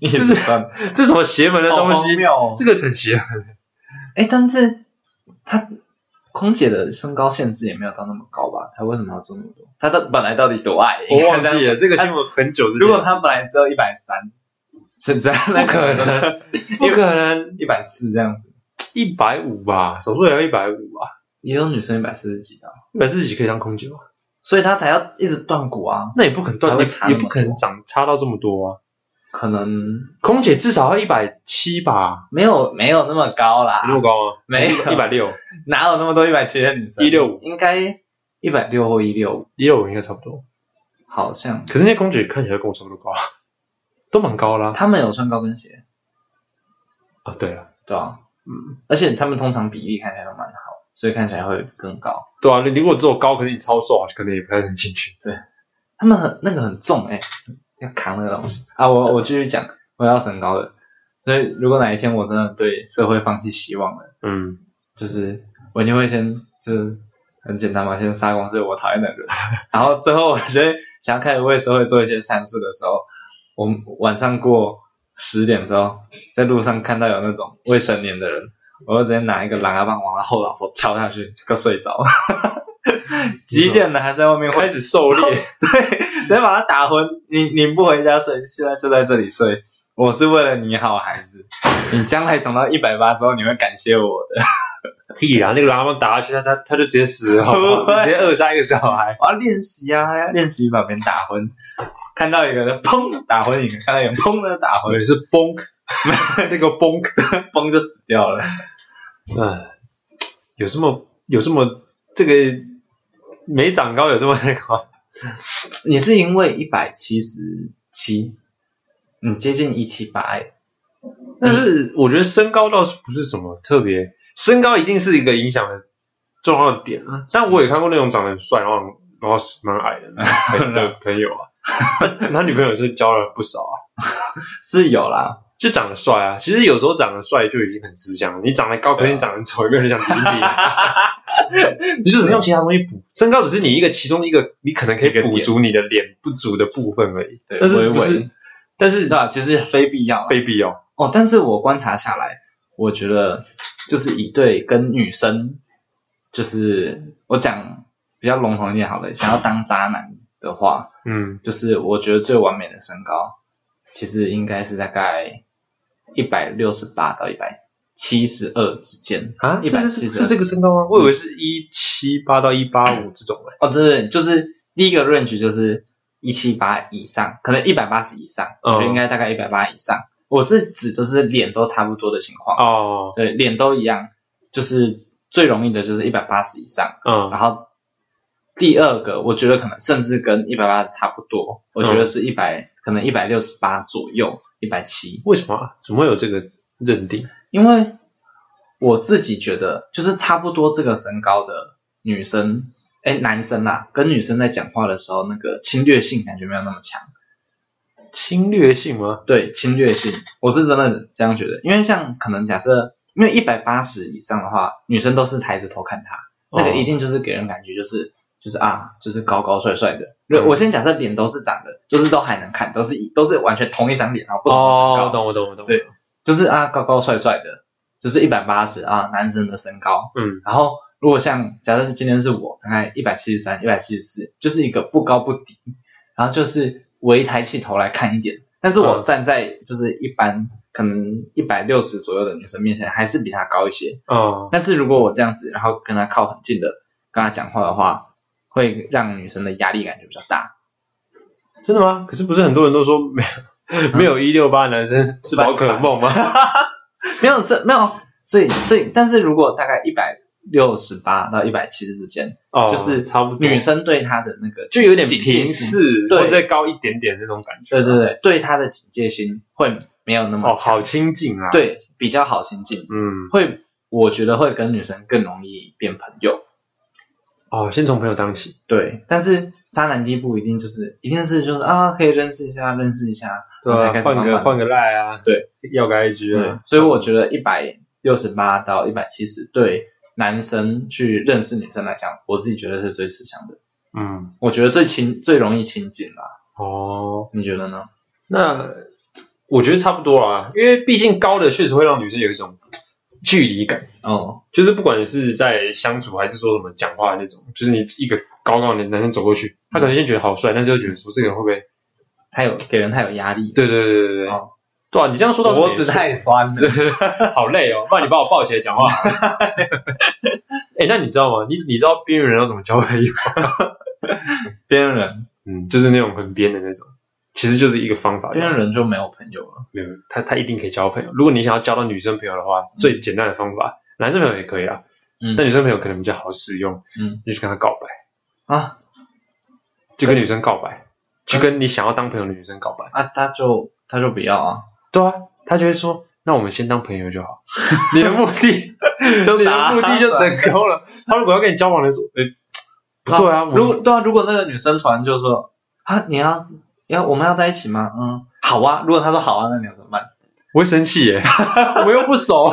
Speaker 1: 一
Speaker 2: 直
Speaker 1: 断，
Speaker 2: 这什么邪门的
Speaker 1: 好
Speaker 2: 东
Speaker 1: 荒
Speaker 2: 西？
Speaker 1: 谬哦。
Speaker 2: 这个很邪门。
Speaker 1: 哎、但是他空姐的身高限制也没有到那么高吧？他为什么要做那么多？他的本来到底多矮？
Speaker 2: 我 忘记
Speaker 1: 了。
Speaker 2: 了这个新闻很久之前。
Speaker 1: 如果他本来只有一百三，现在那
Speaker 2: 不可 能，不可能，
Speaker 1: 一百四这样子，
Speaker 2: 一百五吧，手术也要一百五啊，
Speaker 1: 也有女生一百四十几的啊，
Speaker 2: 一百四十几可以当空姐吗？
Speaker 1: 所以他才要一直断骨啊。
Speaker 2: 那也不可能断，
Speaker 1: 才会差
Speaker 2: 也
Speaker 1: 那
Speaker 2: 不
Speaker 1: 么
Speaker 2: 可能
Speaker 1: 多
Speaker 2: 长差到这么多啊！
Speaker 1: 可能
Speaker 2: 空姐至少要一百七吧，
Speaker 1: 没有没有那么高啦
Speaker 2: 有，那么高啊吗？
Speaker 1: 没有
Speaker 2: 一百六，
Speaker 1: 哪有那么多一百七的女生？
Speaker 2: 165
Speaker 1: 应该一百六或一六五，
Speaker 2: 一六五应该差不多。
Speaker 1: 好像
Speaker 2: 可是那些空姐看起来跟我差不多高啊， 都蛮高啦。
Speaker 1: 他们有穿高跟鞋，
Speaker 2: 啊，对了，
Speaker 1: 对啊，
Speaker 2: 嗯，
Speaker 1: 而且他们通常比例看起来都蛮好，所以看起来会更高。
Speaker 2: 对啊，你你如果只有高，可是你超瘦，啊可能也不太能进去。
Speaker 1: 他们很那个很重哎、要扛那个东西啊。我我继续讲，我要身高的。所以如果哪一天我真的对社会放弃希望了，
Speaker 2: 嗯，
Speaker 1: 就是我一定会先就是很简单嘛，先杀光这我讨厌的人， 然后最后我觉得想要开始为社会做一些善事的时候，我晚上过十点之后，在路上看到有那种未成年的人，我就直接拿一个狼牙棒往他后脑勺敲下去，就睡着。 几点了还在外面混
Speaker 2: 嗯开始狩猎，
Speaker 1: 对，得把他打昏。你你不回家睡，现在就在这里睡。我是为了你好，孩子。你将来长到一百八之后，你会感谢我的。
Speaker 2: 屁啊！那个喇叭打下去，他他他就直接死了，好不
Speaker 1: 不会
Speaker 2: 好 直接扼杀一个小孩。
Speaker 1: 我要练习啊，要练习把别人打昏。看到一个人砰打昏一个，看到一个人砰的打
Speaker 2: 我
Speaker 1: 昏，
Speaker 2: 哦也是崩， 那个崩，
Speaker 1: 砰就死掉了。
Speaker 2: 哎，有这么有这么这个没长高有这么那个吗？
Speaker 1: 你是因为一百七十七，你接近一七八，嗯
Speaker 2: 但是我觉得身高倒是不是什么特别，身高一定是一个影响的重要的点啊。但我也看过那种长得很帅，然后然后蛮矮的 那的朋友啊，他女朋友是交了不少啊，
Speaker 1: 是有啦，
Speaker 2: 就长得帅啊。其实有时候长得帅就已经很吃香了，你长得高，可是你长得丑，也没有人想理啊 你。你就只是用其他东西补，身高只是你一个其中一个，你可能可
Speaker 1: 一
Speaker 2: 以
Speaker 1: 个
Speaker 2: 补
Speaker 1: 点
Speaker 2: 足你的脸不足的部分而已。
Speaker 1: 对，
Speaker 2: 但是
Speaker 1: 微
Speaker 2: 不是
Speaker 1: 微，？
Speaker 2: 但是
Speaker 1: 对吧？其实非必要啦
Speaker 2: 非必要。
Speaker 1: 哦。但是我观察下来，我觉得就是以对跟女生，就是我讲比较笼统一点好了，想要当渣男的话，
Speaker 2: 嗯，
Speaker 1: 就是我觉得最完美的身高，其实应该是大概一百六十八到一百七十二之间
Speaker 2: 啊，
Speaker 1: 一
Speaker 2: 是
Speaker 1: 百
Speaker 2: 是
Speaker 1: 七十
Speaker 2: 是这个身高吗？我以为是一七八到一八五这种
Speaker 1: 哦，对对，对就是第一个 range 就是一七八以上，可能一百八十以上，
Speaker 2: 嗯
Speaker 1: 我觉得应该大概一百八以上。我是指就是脸都差不多的情况，
Speaker 2: 哦，
Speaker 1: 对，脸都一样，就是最容易的就是一百八十以上，
Speaker 2: 嗯
Speaker 1: 然后。第二个，我觉得可能甚至跟一百八十差不多，我
Speaker 2: 嗯
Speaker 1: 觉得是一百、可能一百六十八左右，一百七，
Speaker 2: 为什么啊？怎么会有这个认定？
Speaker 1: 因为我自己觉得，就是差不多这个身高的女生，哎，男生啦、跟女生在讲话的时候，那个侵略性感觉没有那么强。
Speaker 2: 侵略性吗？
Speaker 1: 对，侵略性，我是真的这样觉得。因为像可能假设，因为一百八十以上的话，女生都是抬着头看他，
Speaker 2: 哦
Speaker 1: 那个一定就是给人感觉就是就是啊，就是高高帅帅的。对，
Speaker 2: 嗯
Speaker 1: 我先假设脸都是长的，就是都还能看，都是一都是完全同一张脸，然后不同的身
Speaker 2: 哦，
Speaker 1: 高。
Speaker 2: 我懂，我懂，我懂。
Speaker 1: 对，就是啊，高高帅帅的，就是一百八十啊，男生的身高。
Speaker 2: 嗯
Speaker 1: 然后如果像假设是今天是我，大概一百七十三、一百七十四，就是一个不高不低，然后就是微抬起头来看一点。但是我
Speaker 2: 嗯
Speaker 1: 站在就是一般可能一百六十左右的女生面前，还是比她高一些。
Speaker 2: 哦，
Speaker 1: 但是如果我这样子，然后跟她靠很近的跟她讲话的话，会让女生的压力感觉比较大。
Speaker 2: 真的吗？可是不是很多人都说 没有没有一六八男生是宝可梦吗？
Speaker 1: 没有是没有，所以所以，但是如果大概一百六十八到一百七十之间，
Speaker 2: 哦，
Speaker 1: 就是
Speaker 2: 差不多，
Speaker 1: 女生对她的那个
Speaker 2: 就有点
Speaker 1: 警戒
Speaker 2: 平
Speaker 1: 性
Speaker 2: 视，
Speaker 1: 对
Speaker 2: 或者再高一点点那种感觉。
Speaker 1: 对
Speaker 2: 啊
Speaker 1: 对对，对他的警戒心会没有那么
Speaker 2: 哦，
Speaker 1: 强，
Speaker 2: 好亲近啊。，
Speaker 1: 对，比较好亲近，
Speaker 2: 嗯，
Speaker 1: 会我觉得会跟女生更容易变朋友。
Speaker 2: 哦，先从朋友当起。
Speaker 1: 对，但是渣男第一步一定就是一定是就是啊，可以认识一下，认识一下，
Speaker 2: 对
Speaker 1: 你才
Speaker 2: 啊
Speaker 1: 开，始
Speaker 2: 换
Speaker 1: 慢
Speaker 2: 个
Speaker 1: 慢
Speaker 2: 换个赖啊，
Speaker 1: 对，
Speaker 2: 要个 IG
Speaker 1: 对
Speaker 2: 啊，，
Speaker 1: 所以我觉得一百六十八到一百七十对男生去认识女生来讲，我自己觉得是最吃香的，
Speaker 2: 嗯，
Speaker 1: 我觉得最亲最容易亲近啦，
Speaker 2: 哦，
Speaker 1: 你觉得呢？
Speaker 2: 那我觉得差不多啊，因为毕竟高的确实会让女生有一种距离感，
Speaker 1: 哦，
Speaker 2: 就是不管是在相处还是说什么讲话的那种，就是你一个高高的男生走过去，他可能先觉得好帅，但是又觉得说这个人会不会？
Speaker 1: 他有给人太有压力，
Speaker 2: 对对对对对，
Speaker 1: 哦
Speaker 2: 对啊，你这样说到
Speaker 1: 脖子 太酸了，
Speaker 2: 好累哦，不然你把我抱起来讲话。哎、那你知道吗？你你知道边缘人要怎么交朋友？
Speaker 1: 边缘人
Speaker 2: 嗯，就是那种很边的那种，其实就是一个方法。
Speaker 1: 边缘人就没有朋友了，
Speaker 2: 没有，他他一定可以交朋友。如果你想要交到女生朋友的话，最简单的方法，男生朋友也可以啊。
Speaker 1: 嗯
Speaker 2: 但女生朋友可能比较好使用，
Speaker 1: 嗯
Speaker 2: 你就去跟她告白，
Speaker 1: 啊。
Speaker 2: 就跟女生告
Speaker 1: 嗯
Speaker 2: 白，去跟你想要当朋友的女生告白。
Speaker 1: 啊，他就他就不要啊，
Speaker 2: 对啊，他就会说，那我们先当朋友 就好。你的目的，
Speaker 1: 就
Speaker 2: 你的
Speaker 1: 打
Speaker 2: 目的就成功了。他如果要跟你交往的时候，哎、不对啊，我们
Speaker 1: 如果对啊，如果那个女生突然就说啊，你要要我们要在一起吗？嗯，好啊。如果他说好啊，那你要怎么办？
Speaker 2: 我会生气耶，我又不熟。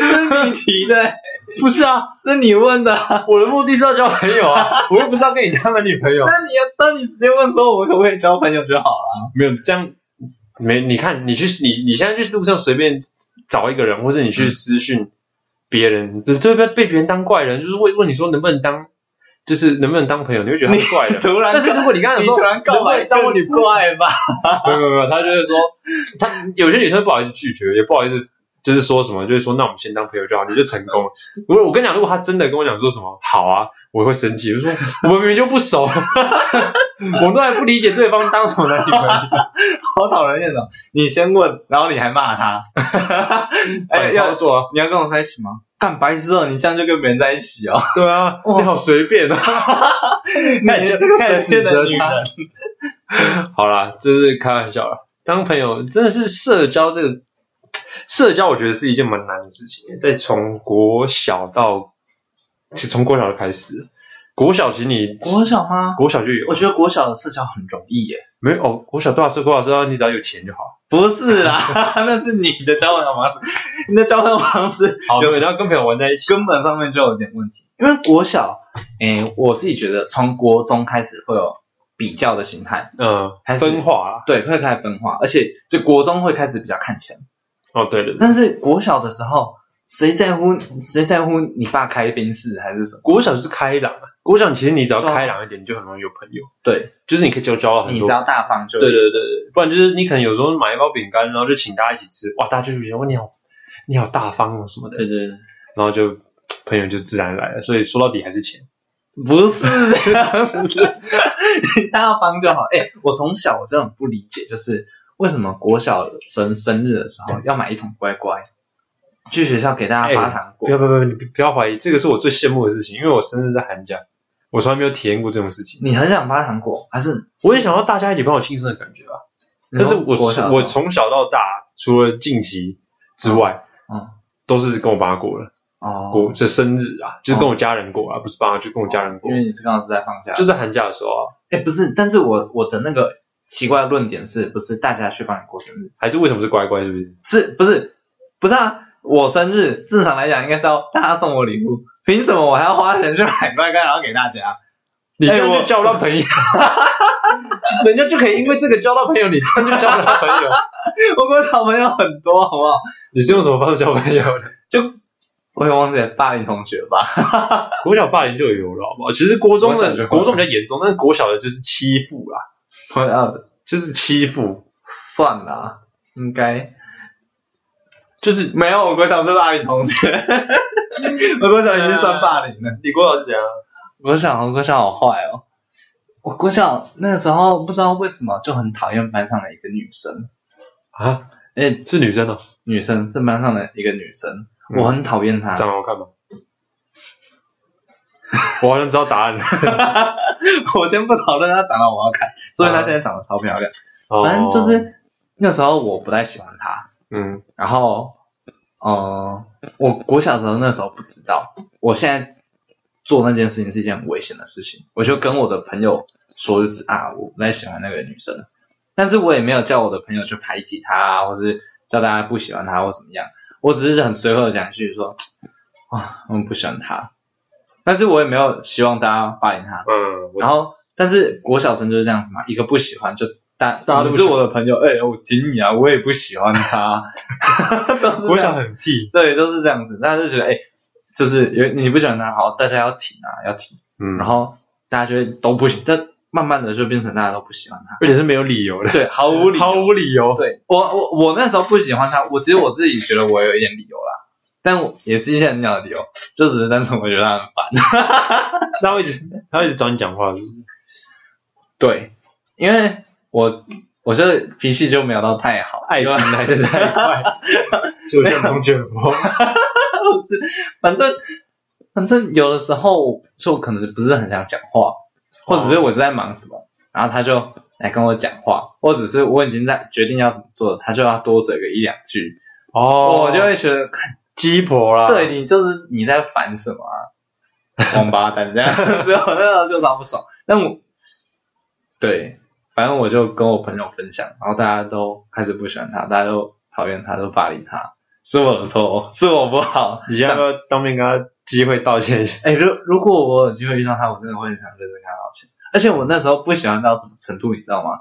Speaker 1: 这是你提的、
Speaker 2: 不是啊，
Speaker 1: 是你问的 啊、
Speaker 2: 我的目的是要交朋友啊，我又不是要跟你当男女朋友。
Speaker 1: 那你要那你直接问说我们可不可以交朋友就好了。
Speaker 2: 没有这样，没你看，你去你你现在去路上随便找一个人，或者你去私讯别人，
Speaker 1: 嗯
Speaker 2: 对对，被被别人当怪人，就是问问你说能不能当，就是能不能当朋友，你会觉得他是怪 人。
Speaker 1: 突然告，
Speaker 2: 但是如果你刚 才
Speaker 1: 你
Speaker 2: 说
Speaker 1: 突然告白，
Speaker 2: 当我女
Speaker 1: 你
Speaker 2: 朋 友，
Speaker 1: 怪吧？
Speaker 2: 没有没有没有，他就会说，他有些女生不好意思拒绝，也不好意思。就是说什么，就是说，那我们先当朋友就好，你就成功了。我我跟你讲，如果他真的跟我讲说什么好啊，我会生气，我就说我们明明就不熟，我们都还不理解对方当什么男女朋友。
Speaker 1: 好讨人厌哦！你先问，然后你还骂 他，哎、
Speaker 2: 反操
Speaker 1: 要
Speaker 2: 作啊，
Speaker 1: 你要跟我在一起吗？干白痴哦，你这样就跟别人在一起 哦。
Speaker 2: 对啊，
Speaker 1: 哇
Speaker 2: 你好随便 啊！
Speaker 1: 你这个神仙的女人
Speaker 2: 看。好啦，这是开玩笑啦。当朋友真的是社交这个欸社交，我觉得是一件蛮难的事情。在从国小到其实从国小就开始，国小其实你
Speaker 1: 国小吗？
Speaker 2: 国小就有
Speaker 1: 我，觉得国小的社交很容易耶。
Speaker 2: 没有哦，国小多少是国小知道你只要有钱就好。
Speaker 1: 不是啦， 那是你的交友方式，你的交友方式
Speaker 2: 好，
Speaker 1: 有
Speaker 2: 你要跟朋友玩在一起，
Speaker 1: 根本上面就有点问题。因为国小，诶、我自己觉得从国中开始会有比较的心态，
Speaker 2: 嗯，
Speaker 1: 还是
Speaker 2: 分化啦。
Speaker 1: 对，会开始分化，而且就国中会开始比较看钱。
Speaker 2: 哦，对对对，
Speaker 1: 但是国小的时候，谁在乎谁在乎你爸开宾士还是什么？
Speaker 2: 国小就是开朗啊，国小其实你只要
Speaker 1: 对啊
Speaker 2: 开朗一点，你就很容易有朋友，
Speaker 1: 对，
Speaker 2: 就是你可以交交到很
Speaker 1: 你
Speaker 2: 多
Speaker 1: 只。要大方就
Speaker 2: 对对对对，不然就是你可能有时候买一包饼干，然后就请大家一起吃，哇，大家就觉得哇你好你好大方哦什么的，
Speaker 1: 对对对，
Speaker 2: 然后就朋友就自然来了。所以说到底还是钱。
Speaker 1: 不是这样子，你 大方就好。哎、我从小我就很不理解，就是为什么国小生生日的时候要买一桶乖乖，去学校给
Speaker 2: 哎
Speaker 1: 大家发糖果
Speaker 2: 不。要不要不要，你不不要怀疑，这个是我最羡慕的事情，因为我生日在寒假，我从来没有体验过这种事情。
Speaker 1: 你很想发糖果，还是？
Speaker 2: 我也想要大家一起帮我庆生的感觉啊。但是我
Speaker 1: 国小的时候
Speaker 2: 我从小到大，除了近期之外，
Speaker 1: 嗯嗯
Speaker 2: 都是跟我爸过了，
Speaker 1: 哦，
Speaker 2: 过这生日啊，就是跟我家人过啊，不是爸，就跟我家人过
Speaker 1: 因，为你是刚好是在放假，
Speaker 2: 就是是寒假的时候啊，
Speaker 1: 哎、不是，但是我我的那个奇怪的论点是不是大家去帮你过生日？
Speaker 2: 还是为什么是乖乖，是不是？
Speaker 1: 是不是不是啊？我生日正常来讲应该是要大家送我礼物，凭什么我还要花钱去买乖乖然后给大家？哎
Speaker 2: 你这样
Speaker 1: 我
Speaker 2: 就交不到朋友，哎 人家就可以因为这个交到朋友，你这样就交不到朋友，
Speaker 1: 我跟我小朋友很多，好不好？
Speaker 2: 你是用什么方式交朋友的？
Speaker 1: 我也忘记了霸凌同学吧？
Speaker 2: 国小霸凌就有了，好不好？其实国中
Speaker 1: 国小就
Speaker 2: 的
Speaker 1: 有
Speaker 2: 国中比较严重，但是国小的就是欺负啦，
Speaker 1: 我要
Speaker 2: 就是欺负，
Speaker 1: 算了啊，应该
Speaker 2: 就是
Speaker 1: 没有。我国小是霸凌同学， 我国小已经算霸凌了。
Speaker 2: 你国小是怎样？
Speaker 1: 我国小，我国小好坏哦。我国小那时候不知道为什么就很讨厌班上的一个女生，
Speaker 2: 啊，
Speaker 1: 哎、
Speaker 2: 是女生哦，
Speaker 1: 女生是班上的一个女生，
Speaker 2: 嗯
Speaker 1: 我很讨厌她。
Speaker 2: 长得好看吗？ 我好像知道答案 了。
Speaker 1: 我先不讨论她长得我好看，所以她现在长得超漂亮。
Speaker 2: 啊哦
Speaker 1: 反正就是那时候我不太喜欢她，
Speaker 2: 嗯，
Speaker 1: 然后，呃，我国小时候那时候不知道，我现在做那件事情是一件很危险的事情。我就跟我的朋友说，就是啊，我不太喜欢那个女生，但是我也没有叫我的朋友去排挤她啊，或是叫大家不喜欢她或怎么样。我只是很随和的讲一句说，啊，我不喜欢她，但是我也没有希望大家霸凌她。
Speaker 2: 嗯，我
Speaker 1: 然后，但是国小生就是这样子嘛，一个不喜欢就大，
Speaker 2: 大家都
Speaker 1: 你
Speaker 2: 不
Speaker 1: 是
Speaker 2: 喜欢
Speaker 1: 我的朋友，哎、我挺你啊，我也不喜欢 他，都是这样
Speaker 2: 国小很屁，
Speaker 1: 对，都是这样子，大家就觉得哎、就是有你不喜欢他，好，大家要挺啊，要挺，
Speaker 2: 嗯，
Speaker 1: 然后大家就会都不喜，但慢慢的就变成大家都不喜欢他，
Speaker 2: 而且是没有理由的，
Speaker 1: 对，毫无理由，
Speaker 2: 毫无理由。
Speaker 1: 对我我我那时候不喜欢他，我其实我自己觉得我有一点理由啦，但我也是一些很鸟的理由，就只是单纯我觉得他很烦。
Speaker 2: 他会一直他会一直找你讲话，是不是
Speaker 1: 对，因为我我这脾气就没有到太好，
Speaker 2: 爱情来的太 快，就像龙卷风。
Speaker 1: 就是反正反正有的时候就可能不是很想讲话，或者是我是在忙什么，然后他就来跟我讲话，或者是我已经在决定要怎么做了，他就要多嘴个一两句，
Speaker 2: 哦，
Speaker 1: 我就会觉得，
Speaker 2: 鸡婆啦。
Speaker 1: 对你就是你在烦什么啊，王八蛋 这样，所以我那时候就超不爽。但我对，反正我就跟我朋友分享，然后大家都开始不喜欢他，大家都讨厌他，都霸凌他。是我的错，是我不好。
Speaker 2: 你要不要当面跟他机会道歉一下？
Speaker 1: 哎，如如果我有机会遇到他，我真的会很想认真跟他道歉。而且我那时候不喜欢到什么程度，你知道吗？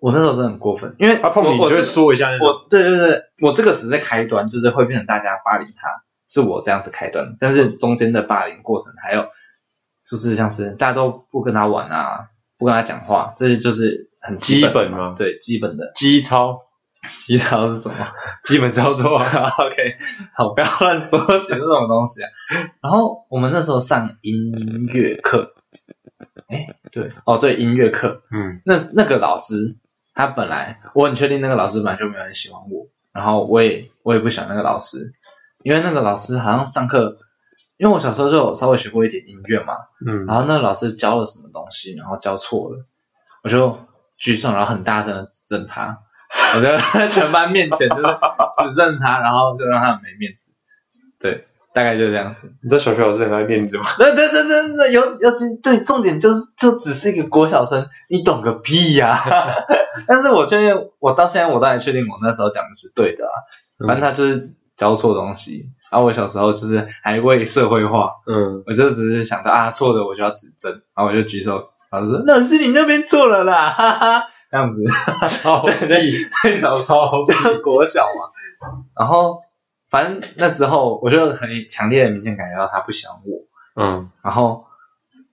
Speaker 1: 我那时候真的很过分，因为
Speaker 2: 他碰你
Speaker 1: 我
Speaker 2: 就会，说一下那
Speaker 1: 我这
Speaker 2: 种。
Speaker 1: 我对对对，我这个只是开端，就是会变成大家霸凌他，是我这样子开端，但是中间的霸凌过程还有就是像是大家都不跟他玩啊，不跟他讲话，这些就是很基
Speaker 2: 基
Speaker 1: 本
Speaker 2: 本吗
Speaker 1: 对，基本的。
Speaker 2: 基操，
Speaker 1: 其他是什么？
Speaker 2: 基本操作啊。
Speaker 1: OK，好，不要乱说写这种东西啊。然后我们那时候上音乐课，哎，对，哦，对，音乐课，
Speaker 2: 嗯，
Speaker 1: 那那个老师他本来我很确定那个老师本来就没有很喜欢我，然后我也我也不喜欢那个老师，因为那个老师好像上课，因为我小时候就有稍微学过一点音乐嘛，
Speaker 2: 嗯，
Speaker 1: 然后那个老师教了什么东西，然后教错了，我就举手，然后很大声的指正他，我就在全班面前就是指正他，然后就让他很没面子。对，大概就这样子。
Speaker 2: 你知道小学老师很爱面子吗？
Speaker 1: 那对对对对，尤尤其对，重点就是就只是一个国小生，你懂个屁呀、 但是我确定，我到现在我当然确定我那时候讲的是对的啊，反正他就是教错东西。然后我小时候就是还未社会化，
Speaker 2: 嗯，
Speaker 1: 我就只是想到啊错的我就要指正，然后我就举手，老师说老师你那边错了啦，哈哈，这样子。
Speaker 2: 超屁，
Speaker 1: 很小
Speaker 2: 超屁，
Speaker 1: 就国小嘛。然后反正那之后，我就很强烈的明显感觉到他不喜欢我。
Speaker 2: 嗯
Speaker 1: 然后，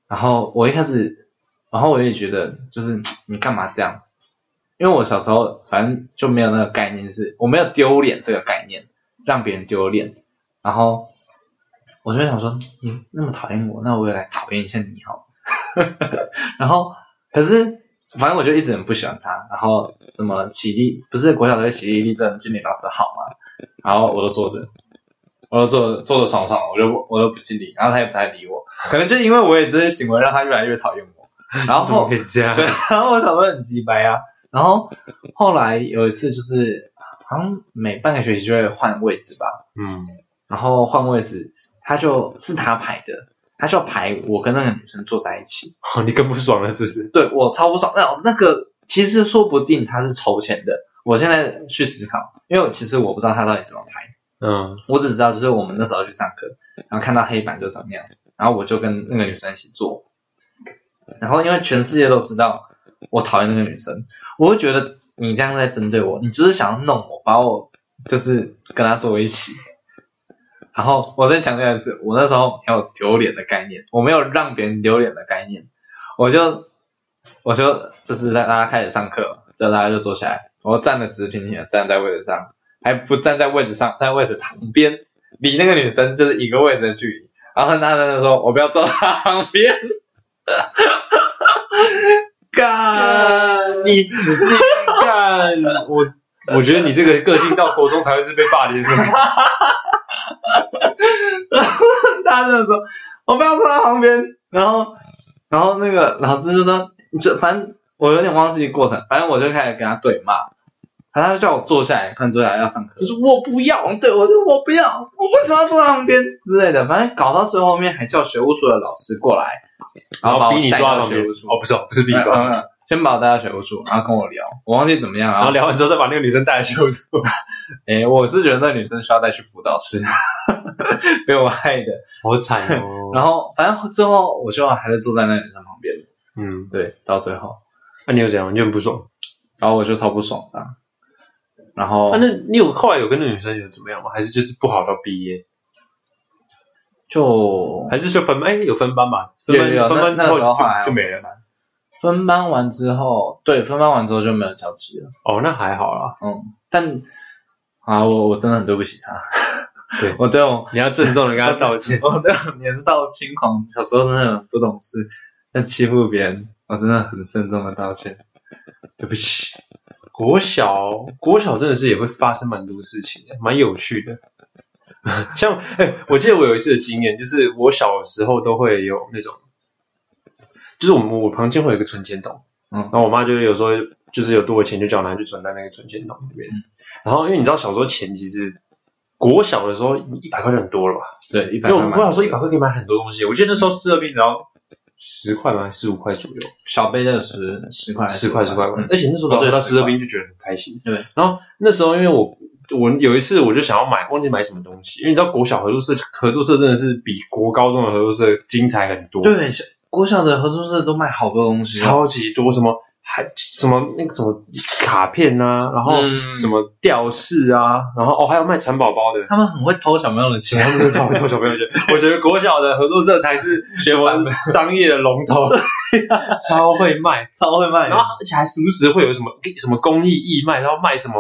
Speaker 1: 然后我一开始，然后我也觉得就是你干嘛这样子？因为我小时候反正就没有那个概念，就是我没有丢脸这个概念，让别人丢脸。然后我就想说，你那么讨厌我，那我也来讨厌一下你好了。 然后可是反正我就一直很不喜欢他。然后什么起立，不是国小都会起立立正，敬礼老师好嘛？然后我就坐着，我就坐着坐着床上，我就不我就不敬礼，然后他也不太理我。可能就因为我也这些行为，让他越来越讨厌我。然后
Speaker 2: 怎么可以 这样？
Speaker 1: 对，然后我想说很鸡掰啊。然后后来有一次就是好像每半个学期就会换位置吧，
Speaker 2: 嗯
Speaker 1: 然后换位置，他就是他排的，他就排我跟那个女生坐在一起。
Speaker 2: 哦你更不爽了是不是？
Speaker 1: 对我超不爽，那那个其实说不定他是筹钱的。我现在去思考，因为我其实我不知道他到底怎么排，
Speaker 2: 嗯
Speaker 1: 我只知道就是我们那时候去上课，然后看到黑板就长那样子，然后我就跟那个女生一起坐，然后因为全世界都知道我讨厌那个女生，我会觉得你这样在针对我，你就是想要弄我，把我就是跟她坐一起。然后我再强调一次，我那时候没有丢脸的概念，我没有让别人丢脸的概念，我就我就就是让大家开始上课，就大家就坐下来，我站的直挺挺的站在位置上，还不站在位置上，站在位置旁边，离那个女生就是一个位置的距离。然后那男的说：“我不要坐她旁边。” 干你
Speaker 2: 啊你看我。我觉得你这个个性到国中才会是被霸凌的 那种，
Speaker 1: 大声的说：“我不要坐他旁边。”然后，然后那个老师就说：“你这反正我有点忘记过程，反正我就开始跟他对骂，然后他就叫我坐下来，看坐下来要上课。”
Speaker 2: 就是我不要，
Speaker 1: 对我就我不要，我为什么要坐在旁边之类的，反正搞到最后面还叫学务处的老师过来，把
Speaker 2: 然后
Speaker 1: 我
Speaker 2: 逼你
Speaker 1: 带
Speaker 2: 抓
Speaker 1: 到
Speaker 2: 旁
Speaker 1: 学
Speaker 2: 边，
Speaker 1: 务处
Speaker 2: 哦，不是哦，不是逼你
Speaker 1: 嗯
Speaker 2: 抓，
Speaker 1: 嗯嗯先把我带到学务处，然后跟我聊，我忘记怎么样，然
Speaker 2: 然后
Speaker 1: 后
Speaker 2: 聊完之后再把那个女生带来修住。
Speaker 1: 诶，我是觉得那女生需要带去辅导室， 被我害的。
Speaker 2: 好惨 哦。
Speaker 1: 然后反正最后我就还是坐在那女生旁边，
Speaker 2: 嗯，
Speaker 1: 对，到最后，
Speaker 2: 那、你有怎样？你就很不爽。
Speaker 1: 然后我就超不爽的啊、然后
Speaker 2: 啊，那你有后来有跟那女生有怎么样吗？还是就是不好到毕业？
Speaker 1: 就
Speaker 2: 还是就分哎有分班吧？分班
Speaker 1: 有有有
Speaker 2: 分班
Speaker 1: 那
Speaker 2: 之
Speaker 1: 那时候
Speaker 2: 后
Speaker 1: 后来有
Speaker 2: 就就没了。
Speaker 1: 分班完之后，对，分班完之后就没有交集了。
Speaker 2: 哦，那还好啦。
Speaker 1: 嗯，但啊，我我真的很对不起他，
Speaker 2: 对
Speaker 1: 我对我
Speaker 2: 你要郑重的跟她道歉。
Speaker 1: 我对我年少轻狂，小时候真的很不懂事，在欺负别人，我真的很慎重的道歉，对不起。
Speaker 2: 国小国小真的是也会发生蛮多事情的，蛮有趣的。 像哎、我记得我有一次的经验，就是我小时候都会有那种，就是我们我旁边会有一个存钱筒，
Speaker 1: 嗯
Speaker 2: 然，后我妈就会有时候就是有多的钱就叫我拿去存在那个存钱筒里
Speaker 1: 嗯
Speaker 2: 面。然后因为你知道小时候钱其实国小的时候一百块就很多了吧？
Speaker 1: 对，一
Speaker 2: 因
Speaker 1: 百
Speaker 2: 为
Speaker 1: 块蛮
Speaker 2: 我们
Speaker 1: 多的。
Speaker 2: 国小说一百块可以买很多东西，我记得那时候四二冰只要十块嘛，十五块左右，
Speaker 1: 小杯的十十块，
Speaker 2: 十块十块。
Speaker 1: 嗯
Speaker 2: 而且那时候
Speaker 1: 哦
Speaker 2: 找
Speaker 1: 对
Speaker 2: 到
Speaker 1: 10
Speaker 2: 四二冰就觉得很开心。
Speaker 1: 对。
Speaker 2: 然后那时候因为我我有一次我就想要买，忘记买什么东西，因为你知道国小合作社合作社真的是比国高中的合作社精彩很多。
Speaker 1: 对，小国小的合作社都卖好多东西哦，
Speaker 2: 超级多，什么还什么那个什么卡片啊，然后
Speaker 1: 嗯
Speaker 2: 什么吊饰啊，然后哦还有卖蚕宝宝的。
Speaker 1: 他们很会偷小朋友的钱
Speaker 2: 他。们真的超多小朋友觉得，我觉得国小的合作社才是什么商业的龙 头，超会卖，
Speaker 1: 超会卖
Speaker 2: 然后而且还时不时会有什么什么公益义卖，然后卖什么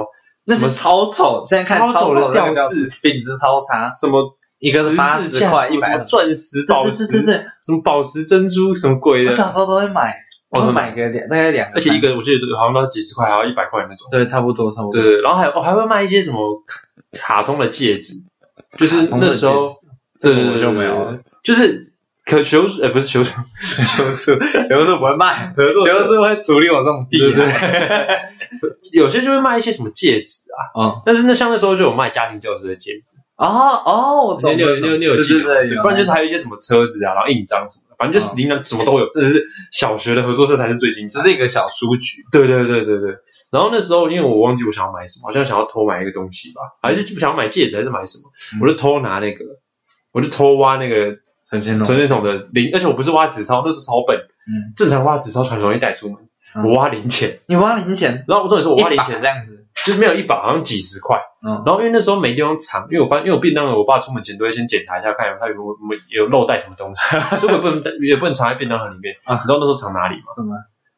Speaker 1: 那是超丑，现在看
Speaker 2: 超丑的
Speaker 1: 丑那个
Speaker 2: 吊饰
Speaker 1: 品质超差，
Speaker 2: 什么
Speaker 1: 一个是
Speaker 2: 十字架
Speaker 1: 80块
Speaker 2: 什么
Speaker 1: 100
Speaker 2: 什么钻石、
Speaker 1: 对
Speaker 2: 宝
Speaker 1: 对
Speaker 2: 石，
Speaker 1: 对对对，
Speaker 2: 什么宝石珍珠什么鬼
Speaker 1: 我
Speaker 2: 的，
Speaker 1: 小时候都会买，
Speaker 2: 哦
Speaker 1: 我
Speaker 2: 很
Speaker 1: 会买个两大概两个，
Speaker 2: 而且一个我记得好像都要几十块，还要一百块那种。
Speaker 1: 对，差不多差不多。
Speaker 2: 对，然后还有、哦、还会卖一些什么卡卡通的戒指，就是那时候，
Speaker 1: 这
Speaker 2: 对
Speaker 1: 个
Speaker 2: 对
Speaker 1: 我就没有了
Speaker 2: 对对对就是可求呃不是求助，
Speaker 1: 学务处，学务处不会 卖，
Speaker 2: 合
Speaker 1: 学 务处会处理我这种
Speaker 2: 对
Speaker 1: 地。
Speaker 2: 对，对有些就会卖一些什么戒指啊，
Speaker 1: 嗯，
Speaker 2: 但是那像那时候就有卖家庭教师的戒指，
Speaker 1: 哦哦，我懂，
Speaker 2: 你有你有你有
Speaker 1: 对
Speaker 2: 记
Speaker 1: 对
Speaker 2: 得吗，
Speaker 1: 对，
Speaker 2: 对
Speaker 1: 有嗯
Speaker 2: 不然就是还有一些什么车子啊，然后印章什么的，反正就是琳琅什么都有。这是小学的合作社才是最精
Speaker 1: 只
Speaker 2: 彩。
Speaker 1: 是一个小书局，
Speaker 2: 对对对对对。然后那时候因为我忘记我想要买什么，好像想要偷买一个东西吧，还是想要买戒指还是买什么，
Speaker 1: 嗯
Speaker 2: 我就偷拿那个，我就偷挖那个
Speaker 1: 存钱筒，
Speaker 2: 存钱筒的零，而且我不是挖纸钞，那是草本，
Speaker 1: 嗯，
Speaker 2: 正常挖纸钞很容易带出门，
Speaker 1: 嗯
Speaker 2: 我挖零钱。
Speaker 1: 你挖零钱，
Speaker 2: 然后我重点是我挖
Speaker 1: 一
Speaker 2: 零
Speaker 1: 把
Speaker 2: 钱
Speaker 1: 这，样子，
Speaker 2: 就是没有一把，好像几十块。
Speaker 1: 嗯，
Speaker 2: 然后因为那时候没地方藏，因为我发现，因为我便当了，我爸出门前都会先检查一下，看有他有没有有漏带什么东 西，所以我也不能带也不能藏在便当盒里面。
Speaker 1: 啊
Speaker 2: 你知道那时候藏哪里吗？
Speaker 1: 怎么？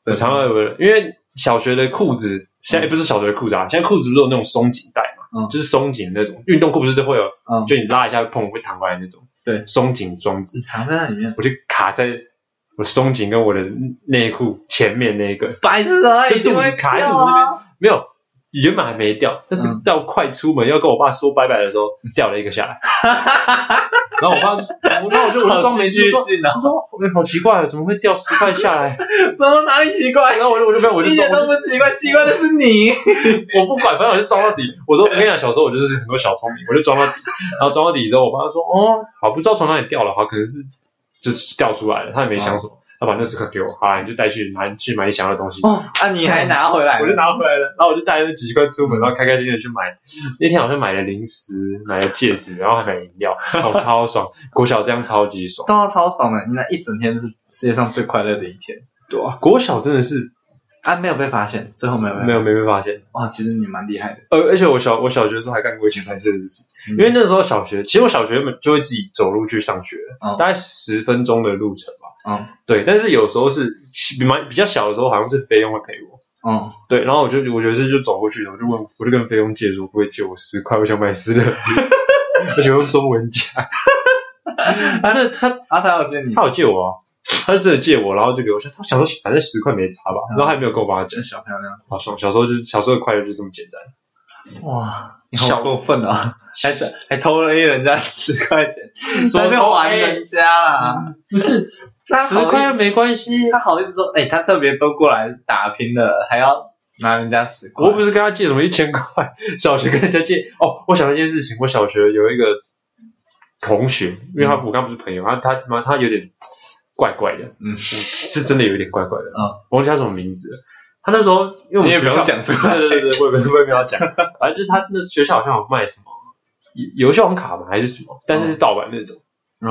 Speaker 2: 我藏在我的，因为小学的裤子，现在、不是小学的裤子啊，现在裤子不是有那种松紧带嘛，
Speaker 1: 嗯
Speaker 2: 就是松紧那种，运动裤不是都会有，
Speaker 1: 嗯
Speaker 2: 就你拉一下会碰会弹回来那种，
Speaker 1: 对
Speaker 2: 松紧装置，
Speaker 1: 你藏在那里面，
Speaker 2: 我就卡在我松紧跟我的内裤前面那个，
Speaker 1: 白痴啊，
Speaker 2: 就
Speaker 1: 一定
Speaker 2: 肚
Speaker 1: 会
Speaker 2: 子卡在
Speaker 1: 掉
Speaker 2: 肚子那
Speaker 1: 啊
Speaker 2: 边，没有，原本还没掉，但是
Speaker 1: 嗯
Speaker 2: 到快出门要跟我爸说拜拜的时 候，掉了一个下来。然后我爸就，我那我就我就装没事，
Speaker 1: 好戏剧性啊
Speaker 2: 我说我说哎好奇怪，怎么会掉十块下来？
Speaker 1: 怎么哪里奇怪？
Speaker 2: 然后我就我就没有，我就
Speaker 1: 一点
Speaker 2: 装
Speaker 1: 都不奇怪，奇怪的是你。
Speaker 2: 我不管，反正我就装到底。我说我跟你讲，小时候我就是很多小聪明，我就装到底。然后装到底之后，我爸说哦，好，不知道从哪里掉了，好，可能是就是掉出来了，他也没想什么，他把那十块给我，好啊啦，你就带去拿去买你想要的东西。
Speaker 1: 哦，啊，你还拿回来了？
Speaker 2: 我就拿回来了，然后我就带着那几十块出门，然后开开心心的去买。那天好像买了零食，买了戒指，然后还买饮 料，我超爽。国小这样超级爽，
Speaker 1: 对啊，超爽的！你那一整天是世界上最快乐的一天
Speaker 2: 对啊，国小真的是
Speaker 1: 啊，没有被发现，最后没有被发现
Speaker 2: 没有没被发现。
Speaker 1: 哇，其实你蛮厉害的，
Speaker 2: 呃，而且我小我小学的时候还干过一件白痴的事情，
Speaker 1: 嗯
Speaker 2: 因为那时候小学，其实我小学本就会自己走路去上学，
Speaker 1: 嗯
Speaker 2: 大概十分钟的路程吧。
Speaker 1: 嗯
Speaker 2: 对，但是有时候是蛮比较小的时候，好像是菲佣会陪我。
Speaker 1: 嗯，
Speaker 2: 对，然后我就我有一次就走过去，我就问，我就跟菲佣借说，可不可以借我十块，我想买斯乐，而且我用中文讲。但是 他
Speaker 1: 啊，他要见你，
Speaker 2: 他有借我啊，他就真的借我，然后就给我说，他想说反正十块没差吧，
Speaker 1: 嗯
Speaker 2: 然后还没有跟我爸讲
Speaker 1: 真，小漂亮，
Speaker 2: 好爽。小时候就是小时候的快乐就这么简单。
Speaker 1: 哇，你
Speaker 2: 小
Speaker 1: 好过分啊！还还偷了一人家十块 钱，
Speaker 2: 说
Speaker 1: 说去
Speaker 2: 偷
Speaker 1: 还人家啦，
Speaker 2: 不是
Speaker 1: 他好意
Speaker 2: 十块又没关系，啊
Speaker 1: 他好意思说，哎，他特别都过来打拼的，还要拿人家十块
Speaker 2: 我，不是跟他借什么一千块，小学跟人家借哦。我想到一件事情，我小学有一个同学，因为他我跟他不是朋友，他他妈他有点怪怪的，
Speaker 1: 嗯，
Speaker 2: 是真的有一点怪怪的，
Speaker 1: 嗯，
Speaker 2: 我忘记他什么名字了。他那时候因为我
Speaker 1: 你
Speaker 2: 们
Speaker 1: 也不
Speaker 2: 学校
Speaker 1: 用，讲出来，
Speaker 2: 对对对，我也不我也 不要讲，反正就是他那学校好像有卖什么游戏王卡嘛，还是什么，但是是盗版那种。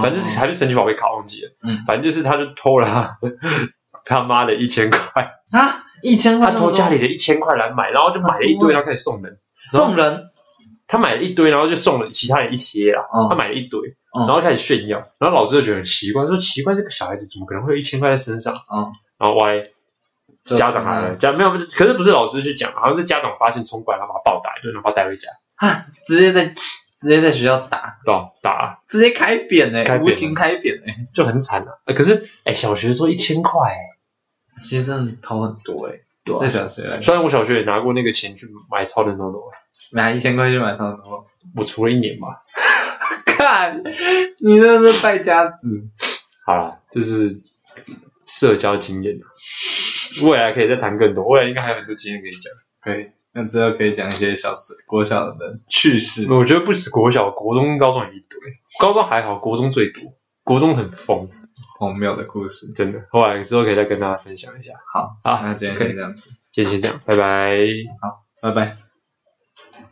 Speaker 2: 反正就是还是神奇宝贝卡忘记了，
Speaker 1: 嗯
Speaker 2: 反正就是他就偷了他他妈的一千块，
Speaker 1: 啊，一千块
Speaker 2: 他
Speaker 1: 那么
Speaker 2: 偷
Speaker 1: 多
Speaker 2: 家里的一千块来买，然后就买了一堆，然后开始送人，
Speaker 1: 送人，
Speaker 2: 他买了一堆，然后就送了其他人一些啊，
Speaker 1: 嗯
Speaker 2: 他买了一堆，
Speaker 1: 嗯
Speaker 2: 然后开始炫耀，然后老师就觉得很奇怪，说奇怪这个小孩子怎么可能会有一千块在身上？
Speaker 1: 嗯，
Speaker 2: 然后歪
Speaker 1: 就
Speaker 2: 家长来了，家没有，不是可是不是老师去讲，好像是家长发现冲过来，然后把他暴打一顿，然后把他带回家，
Speaker 1: 啊，直接在直接在学校打，
Speaker 2: 对吧？打
Speaker 1: 直接开扁哎、
Speaker 2: 开扁
Speaker 1: 无情开扁哎、
Speaker 2: 就很惨啊。呃可是哎，小学的时候一千块，哎
Speaker 1: 其实真的偷很多哎、
Speaker 2: 对啊
Speaker 1: 在小学来说
Speaker 2: 虽然我小学也拿过那个钱去买超人 NONO，
Speaker 1: 拿一千块去买上头，
Speaker 2: 我除了一年吧。
Speaker 1: 看你这是败家子，
Speaker 2: 好啦，这是社交经验啊未来可以再谈更多，未来应该还有很多经验可以讲。
Speaker 1: 可以。那之后可以讲一些小时国小的趣事，
Speaker 2: 我觉得不止国小，国中、高中也一堆。高中还好，国中最多，国中很疯，
Speaker 1: 荒谬的故事。
Speaker 2: 真的。后来之后可以再跟大家分享一下。
Speaker 1: 好，
Speaker 2: 好
Speaker 1: 那今天
Speaker 2: 可以
Speaker 1: 先这样子，
Speaker 2: 今天先这样，拜拜。
Speaker 1: 拜拜。